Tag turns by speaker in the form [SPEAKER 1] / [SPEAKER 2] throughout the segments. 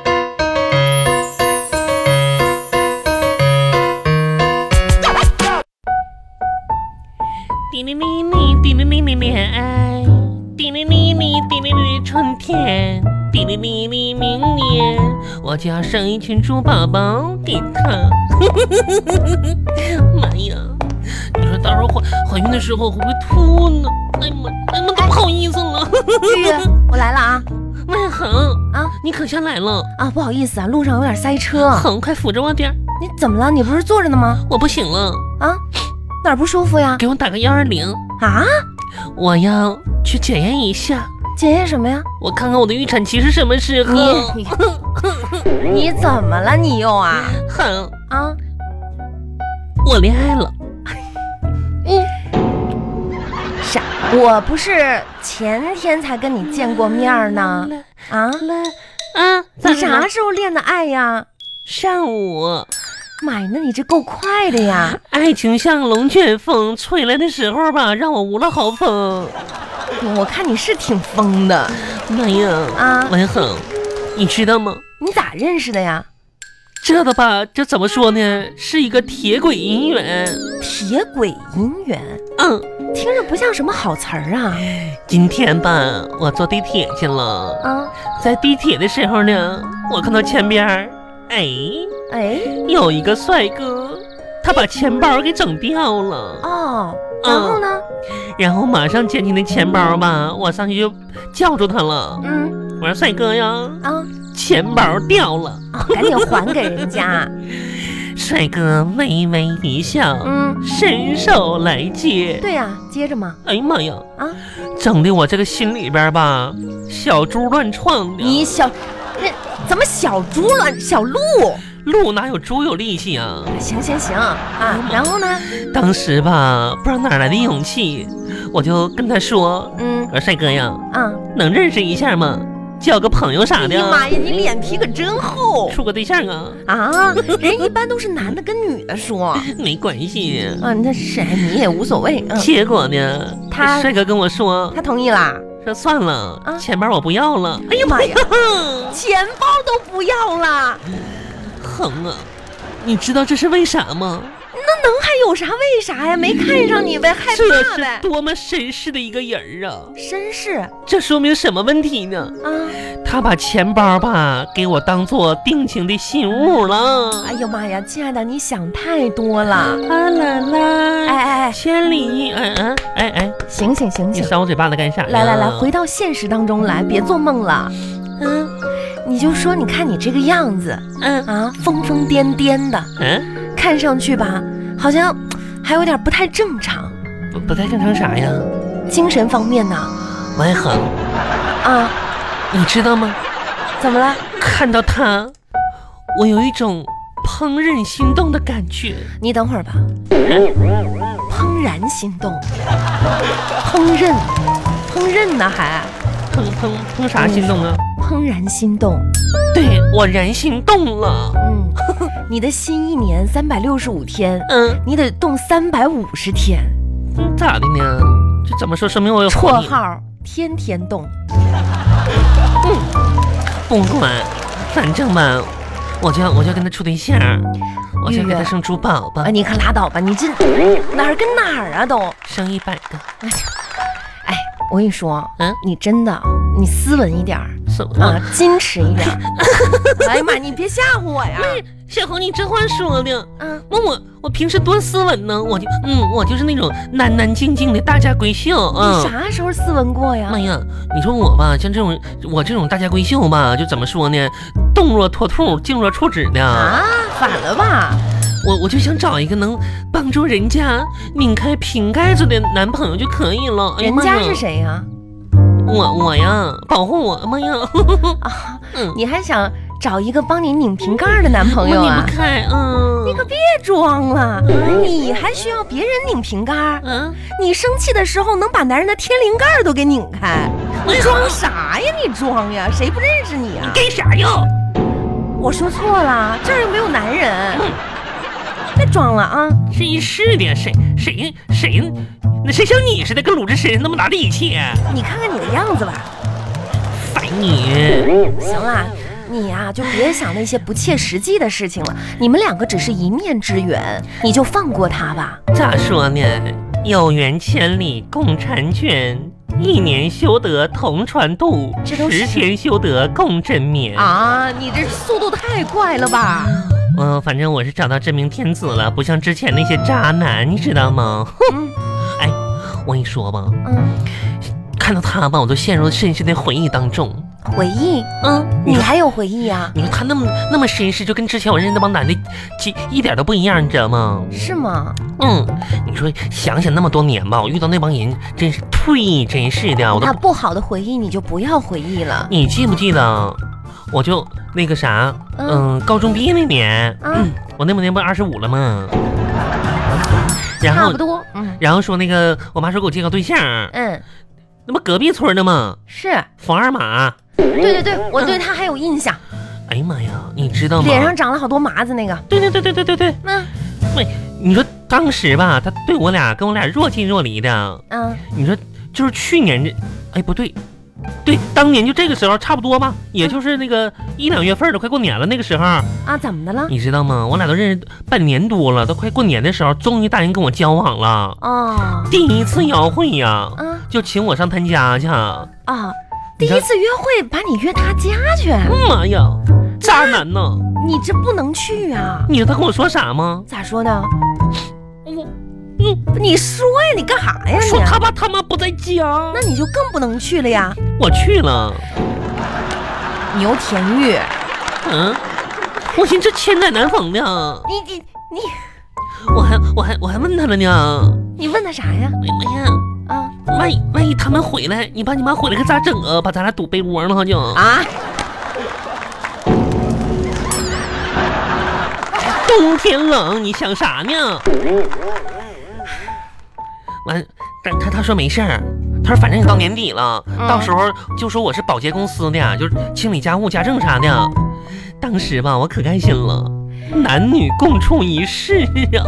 [SPEAKER 1] 哎
[SPEAKER 2] 天，哔哩哔哩，明年我就要生一群猪宝宝给他。妈呀！你说到时候怀怀孕的时候会不会吐呢？哎呀妈，哎呀妈，太不好意思了。
[SPEAKER 1] 玉，我来了啊
[SPEAKER 2] 妈呀，恒，
[SPEAKER 1] 啊
[SPEAKER 2] 你可下来了。
[SPEAKER 1] 啊！不好意思啊，路上有点塞车。
[SPEAKER 2] 恒，快扶着我点儿，
[SPEAKER 1] 你怎么了？你不是坐着呢吗？
[SPEAKER 2] 我不行了，
[SPEAKER 1] 啊，哪儿不舒服呀？
[SPEAKER 2] 给我打个幺二零，
[SPEAKER 1] 啊，
[SPEAKER 2] 我要去检验一下，
[SPEAKER 1] 检验什么呀？
[SPEAKER 2] 我看看我的预产期是什么时候。
[SPEAKER 1] 你你你怎么了？你又啊
[SPEAKER 2] 恒，
[SPEAKER 1] 啊？
[SPEAKER 2] 我恋爱了。
[SPEAKER 1] 傻，嗯我不是前天才跟你见过面儿呢啊？
[SPEAKER 2] 啊，咋
[SPEAKER 1] 你
[SPEAKER 2] 的了
[SPEAKER 1] 啥？时候恋的爱呀？
[SPEAKER 2] 上午，
[SPEAKER 1] 妈呀，那你这够快的呀！
[SPEAKER 2] 爱情像龙卷风吹来的时候吧，让我无了好风。
[SPEAKER 1] 我看你是挺疯的
[SPEAKER 2] 妈呀，
[SPEAKER 1] 啊！
[SPEAKER 2] 文恒，你知道吗？
[SPEAKER 1] 你咋认识的呀？
[SPEAKER 2] 这个吧，这怎么说呢？是一个铁轨姻缘。
[SPEAKER 1] 铁轨姻缘，
[SPEAKER 2] 嗯，
[SPEAKER 1] 听着不像什么好词儿啊
[SPEAKER 2] 今天吧，我坐地铁去了。
[SPEAKER 1] 啊！
[SPEAKER 2] 在地铁的时候呢，我看到前边儿，哎，
[SPEAKER 1] 哎
[SPEAKER 2] 有一个帅哥，他把钱包给整掉了。
[SPEAKER 1] 哦，然后呢？
[SPEAKER 2] 然后马上捡起那钱包吧，我上去就叫住他了。
[SPEAKER 1] 嗯
[SPEAKER 2] 我说：“帅哥呀，
[SPEAKER 1] 啊
[SPEAKER 2] 钱包掉了。
[SPEAKER 1] 啊，赶紧还给人家。”
[SPEAKER 2] 帅哥微微一笑，
[SPEAKER 1] 嗯，
[SPEAKER 2] 伸手来接。
[SPEAKER 1] 对呀、接着嘛
[SPEAKER 2] 哎呀妈呀！
[SPEAKER 1] 啊！
[SPEAKER 2] 整的我这个心里边吧，小猪乱撞的。
[SPEAKER 1] 你小那怎么小猪了？小鹿？
[SPEAKER 2] 鹿哪有猪有力气啊？
[SPEAKER 1] 行行行啊，然后呢？
[SPEAKER 2] 当时吧，不知道哪来的勇气，我就跟他说
[SPEAKER 1] 嗯：“
[SPEAKER 2] 我说帅哥呀，
[SPEAKER 1] 啊，
[SPEAKER 2] 能认识一下吗？交个朋友啥
[SPEAKER 1] 哎
[SPEAKER 2] 的
[SPEAKER 1] 呀妈
[SPEAKER 2] 啊，
[SPEAKER 1] 呀，你脸皮可真厚
[SPEAKER 2] 处个对象啊，
[SPEAKER 1] 啊！人一般都是男的跟女的说，
[SPEAKER 2] 没关系。
[SPEAKER 1] 啊，那是哎你也无所谓，嗯，
[SPEAKER 2] 结果呢，
[SPEAKER 1] 他
[SPEAKER 2] 帅哥跟我说
[SPEAKER 1] 他同意啦。
[SPEAKER 2] 说算了，
[SPEAKER 1] 啊
[SPEAKER 2] 钱包我不要了。
[SPEAKER 1] 哎呀妈呀，
[SPEAKER 2] 哼，
[SPEAKER 1] 钱包都不要啦，
[SPEAKER 2] 横啊！你知道这是为啥吗？
[SPEAKER 1] 那能还有啥为啥呀？没看上你呗，害
[SPEAKER 2] 这
[SPEAKER 1] 怕
[SPEAKER 2] 是
[SPEAKER 1] 呗。
[SPEAKER 2] 多么绅士的一个人儿啊！
[SPEAKER 1] 绅士啊，
[SPEAKER 2] 这说明什么问题呢？他把钱包吧给我当做定情的信物了
[SPEAKER 1] 哎。呦妈呀，亲爱的，你想太多了。
[SPEAKER 2] 啊啦
[SPEAKER 1] 哎
[SPEAKER 2] 啦，
[SPEAKER 1] 哎
[SPEAKER 2] 千里哎哎哎哎，
[SPEAKER 1] 哎，醒醒醒
[SPEAKER 2] 你
[SPEAKER 1] 醒！
[SPEAKER 2] 扇我嘴巴子干啥呀？
[SPEAKER 1] 来来来，回到现实当中来，别做梦了。嗯，你就说，你看你这个样子
[SPEAKER 2] 嗯
[SPEAKER 1] 啊，疯疯癫癫的，
[SPEAKER 2] 嗯，
[SPEAKER 1] 看上去吧，好像还有点不太正常，
[SPEAKER 2] 不不太正常啥呀？
[SPEAKER 1] 精神方面呢？
[SPEAKER 2] 王一恒，
[SPEAKER 1] 啊，
[SPEAKER 2] 你知道吗？
[SPEAKER 1] 怎么了？
[SPEAKER 2] 看到他，我有一种怦然心动的感觉。
[SPEAKER 1] 你等会儿吧。怦然心动，烹饪，烹饪呢还
[SPEAKER 2] 砰砰砰啥心动啊？
[SPEAKER 1] 怦然心动。
[SPEAKER 2] 对我然心动了。
[SPEAKER 1] 嗯， 你的心一年三百六十五天，
[SPEAKER 2] 嗯，
[SPEAKER 1] 你得动三百五十天。
[SPEAKER 2] 咋的呢？这怎么说？说明我有
[SPEAKER 1] 绰
[SPEAKER 2] 活力
[SPEAKER 1] 号天天动，
[SPEAKER 2] 不管，反正吧，我就要我就要跟他处对象，我就要给他
[SPEAKER 1] 月
[SPEAKER 2] 生猪宝宝
[SPEAKER 1] 啊，，你可拉倒吧，你这哪儿跟哪儿啊都。
[SPEAKER 2] 生一百个。
[SPEAKER 1] 哎，我跟你说，
[SPEAKER 2] 嗯
[SPEAKER 1] 你真的，你斯文一点儿
[SPEAKER 2] 是
[SPEAKER 1] 啊
[SPEAKER 2] 啊，，
[SPEAKER 1] 矜持一点儿。哎呀妈，你别吓唬我呀！
[SPEAKER 2] 小红，你这话说的，
[SPEAKER 1] 嗯，
[SPEAKER 2] 我我我平时多斯文呢，我就嗯，我就是那种南南静静的大家闺秀
[SPEAKER 1] 你
[SPEAKER 2] 啊。
[SPEAKER 1] 啥时候斯文过呀
[SPEAKER 2] 妈？呀，你说我吧，像这种我这种大家闺秀吧，就怎么说呢？动若脱兔，静若处子的。
[SPEAKER 1] 啊，反了吧？
[SPEAKER 2] 我我就想找一个能帮助人家拧开瓶盖子的男朋友就可以了。哎呀
[SPEAKER 1] 人
[SPEAKER 2] 妈
[SPEAKER 1] 家
[SPEAKER 2] 呀
[SPEAKER 1] 是谁啊呀？
[SPEAKER 2] 我我呀，保护我妈呀！
[SPEAKER 1] 啊，
[SPEAKER 2] 嗯
[SPEAKER 1] 你还想找一个帮你拧瓶盖儿的男朋友
[SPEAKER 2] 我拧
[SPEAKER 1] 啊
[SPEAKER 2] 不？开，嗯，
[SPEAKER 1] 你可别装了，你还需要别人拧瓶盖儿？
[SPEAKER 2] 嗯，
[SPEAKER 1] 你生气的时候能把男人的天灵盖儿都给拧开，你装啥呀？你装呀？谁不认识你啊？
[SPEAKER 2] 干啥呀？
[SPEAKER 1] 我说错了，这儿又没有男人，别装了啊！
[SPEAKER 2] 真是的，谁谁谁，那谁像你似的，跟鲁智深那么大力气，
[SPEAKER 1] 你看看你的样子吧。
[SPEAKER 2] 烦你！
[SPEAKER 1] 行啦，你呀、就别想那些不切实际的事情了。你们两个只是一面之缘，你就放过他吧。
[SPEAKER 2] 咋说呢？有缘千里共婵娟，一年修得同船渡，
[SPEAKER 1] 这都
[SPEAKER 2] 十
[SPEAKER 1] 是
[SPEAKER 2] 天修得共枕眠。
[SPEAKER 1] 啊，你这速度太快了吧？
[SPEAKER 2] 嗯、反正我是找到真命天子了，不像之前那些渣男，你知道吗？
[SPEAKER 1] 嗯
[SPEAKER 2] 我跟你说吧，
[SPEAKER 1] 嗯，
[SPEAKER 2] 看到他吧，我都陷入深深的回忆当中。
[SPEAKER 1] 回忆，
[SPEAKER 2] 嗯，
[SPEAKER 1] 啊你
[SPEAKER 2] 你看，
[SPEAKER 1] 还有回忆啊？
[SPEAKER 2] 你看他那么那么绅士，就跟之前我认识那帮男的，其一点都不一样，你知道吗？
[SPEAKER 1] 是吗？
[SPEAKER 2] 嗯，你说想想那么多年吧，我遇到那帮人真是呸，真是的，我都
[SPEAKER 1] 那不好的回忆你就不要回忆了。
[SPEAKER 2] 你记不记得？我就那个啥，
[SPEAKER 1] 嗯
[SPEAKER 2] 嗯，高中毕业那年，
[SPEAKER 1] 嗯，
[SPEAKER 2] 我那不年不二十五了吗？然
[SPEAKER 1] 差
[SPEAKER 2] 后
[SPEAKER 1] 不，多，嗯
[SPEAKER 2] 然后说那个，我妈说给我介绍对象，
[SPEAKER 1] 嗯，
[SPEAKER 2] 那不隔壁村的吗？
[SPEAKER 1] 是
[SPEAKER 2] 冯二马。
[SPEAKER 1] 对对对，我对他还有印象，
[SPEAKER 2] 哎呀妈呀，你知道吗？
[SPEAKER 1] 脸上长了好多麻子那个。
[SPEAKER 2] 对对对对对对对，
[SPEAKER 1] 嗯
[SPEAKER 2] 你说当时吧，他对我俩跟我俩若即若离的。
[SPEAKER 1] 嗯，
[SPEAKER 2] 你说就是去年这，哎不对，对，当年就这个时候差不多吧，也就是那个一两月份儿都快过年了那个时候，
[SPEAKER 1] 啊，怎么的了？
[SPEAKER 2] 你知道吗？我俩都认识半年多了，都快过年的时候，终于大人跟我交往了，
[SPEAKER 1] 哦，
[SPEAKER 2] 第一次约会呀、
[SPEAKER 1] 啊
[SPEAKER 2] 就请我上他家去。
[SPEAKER 1] 啊，第
[SPEAKER 2] 你看
[SPEAKER 1] 一次约会把你约他家去，
[SPEAKER 2] 妈哎呀，渣男呐！
[SPEAKER 1] 你这不能去啊？
[SPEAKER 2] 你知道他跟我说啥吗？
[SPEAKER 1] 咋说呢？
[SPEAKER 2] 我
[SPEAKER 1] 你说呀，你干啥哎呀
[SPEAKER 2] 说
[SPEAKER 1] 你？
[SPEAKER 2] 他爸他妈不在家，
[SPEAKER 1] 那你就更不能去了呀！
[SPEAKER 2] 我去了。
[SPEAKER 1] 牛田玉，
[SPEAKER 2] 嗯，我寻思这千载难逢呢，
[SPEAKER 1] 你你你
[SPEAKER 2] 我还我还我还问他了呢。
[SPEAKER 1] 你问他啥呀？
[SPEAKER 2] 哎呀妈呀，
[SPEAKER 1] 啊
[SPEAKER 2] 万一万一他们回来，你爸你妈回来可咋整啊？把咱俩堵被窝了就
[SPEAKER 1] 啊！
[SPEAKER 2] 冬天冷，你想啥呢？完，他他他说没事儿，他说反正也到年底了，
[SPEAKER 1] 嗯
[SPEAKER 2] 到时候就说我是保洁公司的，就是清理家务、家政啥的。当时吧，我可开心了，男女共处一室啊！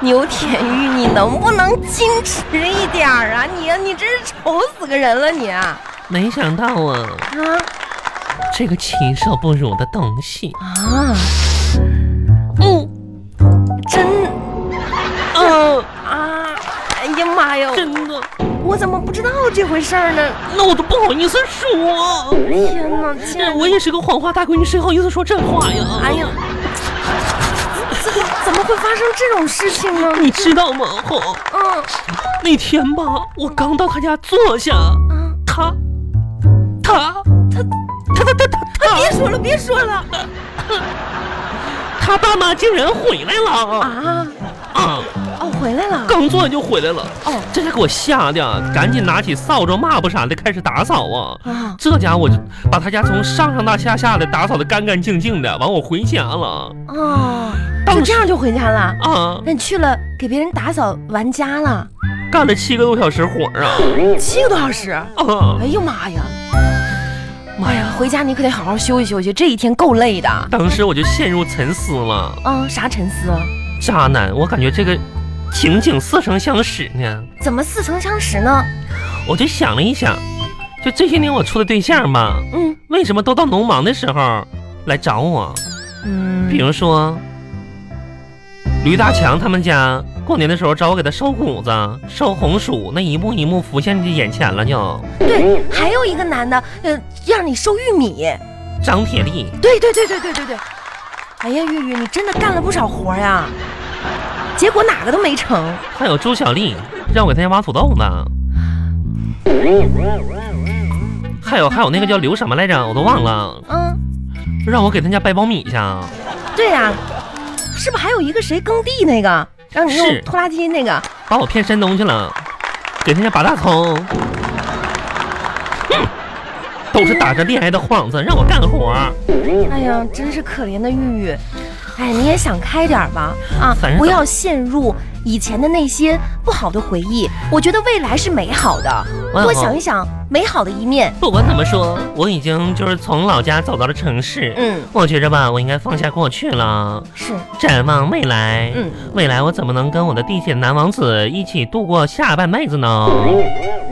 [SPEAKER 1] 牛田玉，你能不能矜持一点儿啊？你你真是愁死个人了你啊！
[SPEAKER 2] 没想到啊，这个禽兽不如的东西，
[SPEAKER 1] 啊，
[SPEAKER 2] 嗯
[SPEAKER 1] 真
[SPEAKER 2] 啊，
[SPEAKER 1] 啊！哎呀妈呀，
[SPEAKER 2] 真的，
[SPEAKER 1] 我怎么不知道这回事儿呢？
[SPEAKER 2] 那我都不好意思说，
[SPEAKER 1] 天哪，亲爱的，
[SPEAKER 2] 我也是个黄花大闺女，谁好意思说这话呀？
[SPEAKER 1] 哎呀，怎么怎么会发生这种事情呢？
[SPEAKER 2] 你知道吗？吼。
[SPEAKER 1] 嗯
[SPEAKER 2] 那天吧，我刚到他家坐下，
[SPEAKER 1] 啊，
[SPEAKER 2] 他，他，他，他，他，他，
[SPEAKER 1] 别
[SPEAKER 2] 他，
[SPEAKER 1] 说了，别说了
[SPEAKER 2] 他爸妈竟然回来了
[SPEAKER 1] 啊！
[SPEAKER 2] 啊！
[SPEAKER 1] 哦，回来了
[SPEAKER 2] 刚坐下就回来了，
[SPEAKER 1] 哦
[SPEAKER 2] 这下给我吓的，赶紧拿起扫帚、抹布啥的开始打扫啊！
[SPEAKER 1] 啊！
[SPEAKER 2] 这家伙就把他家从上上大下下的打扫的干干净净的，完我回家了
[SPEAKER 1] 哦，
[SPEAKER 2] 当
[SPEAKER 1] 就
[SPEAKER 2] 时
[SPEAKER 1] 这样就回家了？
[SPEAKER 2] 啊，
[SPEAKER 1] 那你去了给别人打扫完家了，
[SPEAKER 2] 干了七个多小时活儿啊！
[SPEAKER 1] 七个多小时。
[SPEAKER 2] 啊，
[SPEAKER 1] 哎呦妈呀！
[SPEAKER 2] 妈呀！
[SPEAKER 1] 回家你可得好好休息休息，这一天够累的。
[SPEAKER 2] 当时我就陷入沉思了，
[SPEAKER 1] 嗯，啥沉思啊？
[SPEAKER 2] 渣男，我感觉这个情景似曾相识呢。
[SPEAKER 1] 怎么似曾相识呢？
[SPEAKER 2] 我就想了一想，就这些年我处的对象吧，
[SPEAKER 1] 嗯
[SPEAKER 2] 为什么都到农忙的时候来找我？比
[SPEAKER 1] 嗯，
[SPEAKER 2] 如说，驴大强他们家过年的时候找我给他收谷子、收红薯，那一幕一幕浮现在眼前了就。
[SPEAKER 1] 对，还有一个男的，呃，让你收玉米。
[SPEAKER 2] 张铁力，
[SPEAKER 1] 对对对对对对对。哎呀，玉玉，你真的干了不少活呀、结果哪个都没成。
[SPEAKER 2] 还有朱小丽，让我给他家挖土豆呢。还有还有那个叫刘什么来着，我都忘了，
[SPEAKER 1] 嗯，
[SPEAKER 2] 让我给他家掰苞米去。
[SPEAKER 1] 对呀、是不是还有一个谁耕地那个，让你
[SPEAKER 2] 是
[SPEAKER 1] 用拖拉机那个？
[SPEAKER 2] 把我骗山东去了，给人家拔大葱。哼，都是打着恋爱的幌子让我干活儿，
[SPEAKER 1] 哎呀，真是可怜的玉玉。哎，你也想开点儿吧，啊
[SPEAKER 2] 反，正
[SPEAKER 1] 不要陷入以前的那些不好的回忆。我觉得未来是美好的，
[SPEAKER 2] 哎
[SPEAKER 1] 多
[SPEAKER 2] 好
[SPEAKER 1] 想一想美好的一面。
[SPEAKER 2] 不管怎么说，我已经就是从老家走到了城市。
[SPEAKER 1] 嗯，
[SPEAKER 2] 我觉着吧，我应该放下过去了，
[SPEAKER 1] 是，
[SPEAKER 2] 展望未来。
[SPEAKER 1] 嗯，
[SPEAKER 2] 未来我怎么能跟我的地铁男王子一起度过下半辈子呢？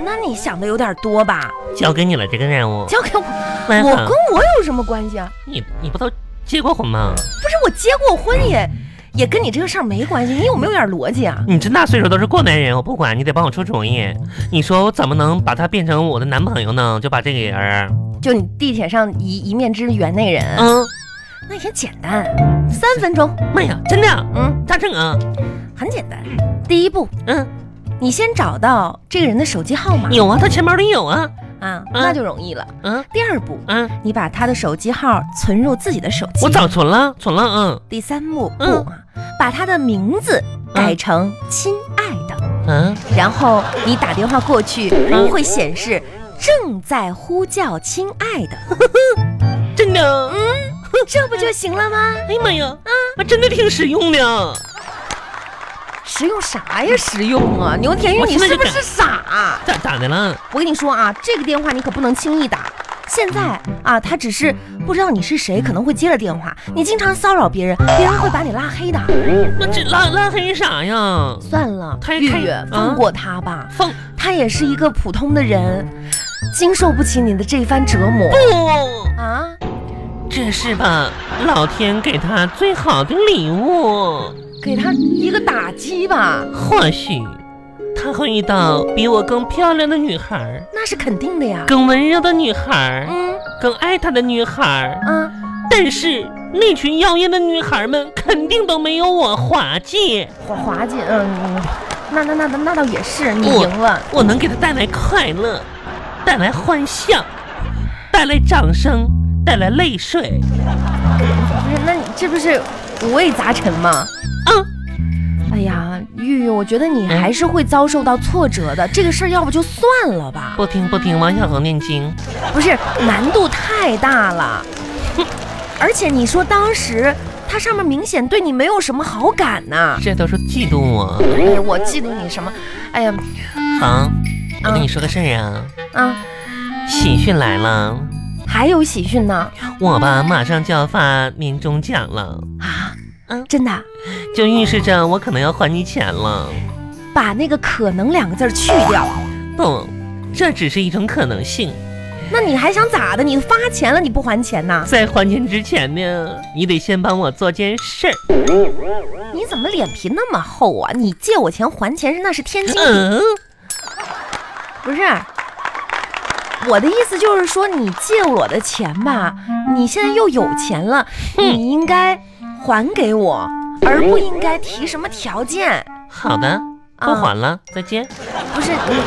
[SPEAKER 1] 那你想的有点多吧？
[SPEAKER 2] 交给你了这个任务。
[SPEAKER 1] 交给我，
[SPEAKER 2] 麦
[SPEAKER 1] 我
[SPEAKER 2] 粉
[SPEAKER 1] 跟我有什么关系啊？
[SPEAKER 2] 你你不都结过婚吗？
[SPEAKER 1] 不是我结过婚也也跟你这个事儿没关系，你有没有点逻辑啊？
[SPEAKER 2] 你这大岁数都是过来人，我不管，你得帮我出主意。你说我怎么能把他变成我的男朋友呢？就把这个人儿，
[SPEAKER 1] 就你地铁上一一面之缘那人，
[SPEAKER 2] 嗯，
[SPEAKER 1] 那也简单，三分钟，
[SPEAKER 2] 妈呀，真的
[SPEAKER 1] 嗯，
[SPEAKER 2] 咋整啊？
[SPEAKER 1] 很简单。第一步，
[SPEAKER 2] 嗯，
[SPEAKER 1] 你先找到这个人的手机号码
[SPEAKER 2] 有啊，他钱包里有啊，
[SPEAKER 1] 啊，
[SPEAKER 2] 嗯
[SPEAKER 1] 那就容易了。
[SPEAKER 2] 嗯
[SPEAKER 1] 第二步，
[SPEAKER 2] 嗯，
[SPEAKER 1] 你把他的手机号存入自己的手机
[SPEAKER 2] 我。早存了，存了，嗯
[SPEAKER 1] 第三步，步
[SPEAKER 2] 嗯
[SPEAKER 1] 啊，把他的名字改成亲爱的，
[SPEAKER 2] 嗯，
[SPEAKER 1] 然后你打电话过去
[SPEAKER 2] 嗯
[SPEAKER 1] 会显示正在呼叫亲爱的，
[SPEAKER 2] 真的，嗯
[SPEAKER 1] 这不就行了吗？
[SPEAKER 2] 哎呀妈呀，啊，真的挺实用的。
[SPEAKER 1] 实用啥呀？实用啊！牛田玉，
[SPEAKER 2] 我
[SPEAKER 1] 你
[SPEAKER 2] 现在
[SPEAKER 1] 是
[SPEAKER 2] 就
[SPEAKER 1] 不是傻啊？
[SPEAKER 2] 咋咋的了？
[SPEAKER 1] 我跟你说啊，这个电话你可不能轻易打。现在啊，他只是不知道你是谁，可能会接了电话。你经常骚扰别人，别人会把你拉黑的。啊
[SPEAKER 2] 那这拉拉黑啥呀？
[SPEAKER 1] 算了，
[SPEAKER 2] 他
[SPEAKER 1] 玉
[SPEAKER 2] 他
[SPEAKER 1] 玉
[SPEAKER 2] 啊，
[SPEAKER 1] 放过他吧，
[SPEAKER 2] 放
[SPEAKER 1] 他也是一个普通的人，经受不起你的这番折磨
[SPEAKER 2] 不。
[SPEAKER 1] 啊！
[SPEAKER 2] 哦这是吧？老天给他最好的礼物，
[SPEAKER 1] 给他一个打击吧，
[SPEAKER 2] 或许他会遇到比我更漂亮的女孩儿，
[SPEAKER 1] 那是肯定的呀。
[SPEAKER 2] 更温柔的女孩儿，
[SPEAKER 1] 嗯
[SPEAKER 2] 更爱他的女孩儿。
[SPEAKER 1] 啊，
[SPEAKER 2] 但是那群妖艳的女孩们肯定都没有我滑稽。
[SPEAKER 1] 滑滑稽，嗯，嗯那那那那那倒也是，你
[SPEAKER 2] 我
[SPEAKER 1] 赢了。
[SPEAKER 2] 我能给他带来快乐，带来欢笑，带来掌声，带来泪水。
[SPEAKER 1] 不是，那你这不是五味杂陈吗？
[SPEAKER 2] 嗯，
[SPEAKER 1] 哎呀，玉玉，我觉得你
[SPEAKER 2] 嗯
[SPEAKER 1] 还是会遭受到挫折的。这个事儿，要不就算了吧，
[SPEAKER 2] 不听不听，王小红念经。
[SPEAKER 1] 不是难度太大了。而且你说当时他上面明显对你没有什么好感呐、
[SPEAKER 2] 这都是嫉妒我。
[SPEAKER 1] 哎呀，我嫉妒你什么？哎呀，
[SPEAKER 2] 好，我跟
[SPEAKER 1] 嗯
[SPEAKER 2] 你说个事儿啊，
[SPEAKER 1] 啊，
[SPEAKER 2] 喜讯来了，
[SPEAKER 1] 还有喜讯呢
[SPEAKER 2] 我吧马上就要发年终奖了，
[SPEAKER 1] 啊
[SPEAKER 2] 嗯！
[SPEAKER 1] 真的啊，
[SPEAKER 2] 就预示着我可能要还你钱了。
[SPEAKER 1] 把那个“可能”两个字儿去掉。
[SPEAKER 2] 不，这只是一种可能性。
[SPEAKER 1] 那你还想咋的？你发钱了，你不还钱呐？
[SPEAKER 2] 在还钱之前呢，你得先帮我做件事儿。
[SPEAKER 1] 你怎么脸皮那么厚啊？你借我钱还钱是那是天经地
[SPEAKER 2] 嗯，
[SPEAKER 1] 不是，我的意思就是说，你借我的钱吧，你现在又有钱了，
[SPEAKER 2] 嗯
[SPEAKER 1] 你应该还给我，而不应该提什么条件。
[SPEAKER 2] 好的，
[SPEAKER 1] 啊
[SPEAKER 2] 不还了，再见。
[SPEAKER 1] 不是，嗯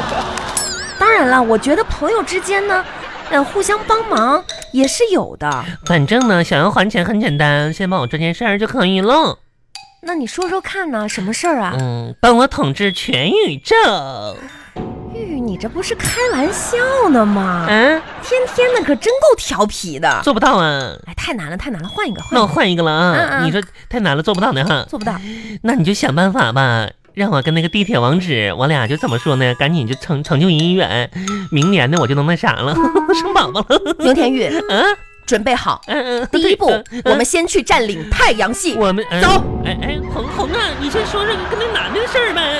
[SPEAKER 1] 当然了，我觉得朋友之间呢，呃，互相帮忙也是有的。
[SPEAKER 2] 反正呢，想要还钱很简单，先帮我做件事儿就可以了。
[SPEAKER 1] 那你说说看呢，什么事儿啊？
[SPEAKER 2] 嗯，帮我统治全宇宙。
[SPEAKER 1] 玉玉，你这不是开玩笑呢吗？
[SPEAKER 2] 嗯，
[SPEAKER 1] 天天的可真够调皮的。
[SPEAKER 2] 做不到啊。
[SPEAKER 1] 哎，太难了，太难了，换一个，换
[SPEAKER 2] 那
[SPEAKER 1] 一
[SPEAKER 2] 我
[SPEAKER 1] 个，
[SPEAKER 2] 换一个了
[SPEAKER 1] 嗯
[SPEAKER 2] 啊！
[SPEAKER 1] 嗯
[SPEAKER 2] 你说太难了，做不到呢哈。
[SPEAKER 1] 做不到。
[SPEAKER 2] 那你就想办法吧，让我跟那个地铁王子，我俩就怎么说呢？赶紧就成成就姻缘，明年呢我就能那啥了， 生宝宝了。
[SPEAKER 1] 牛田玉，
[SPEAKER 2] 嗯
[SPEAKER 1] 准备好。
[SPEAKER 2] 嗯嗯，
[SPEAKER 1] 第一步
[SPEAKER 2] 对嗯，
[SPEAKER 1] 我们先去占领太阳系
[SPEAKER 2] 嗯。我们嗯
[SPEAKER 1] 走
[SPEAKER 2] 哎哎，红红啊，你先说说跟那男的事儿呗。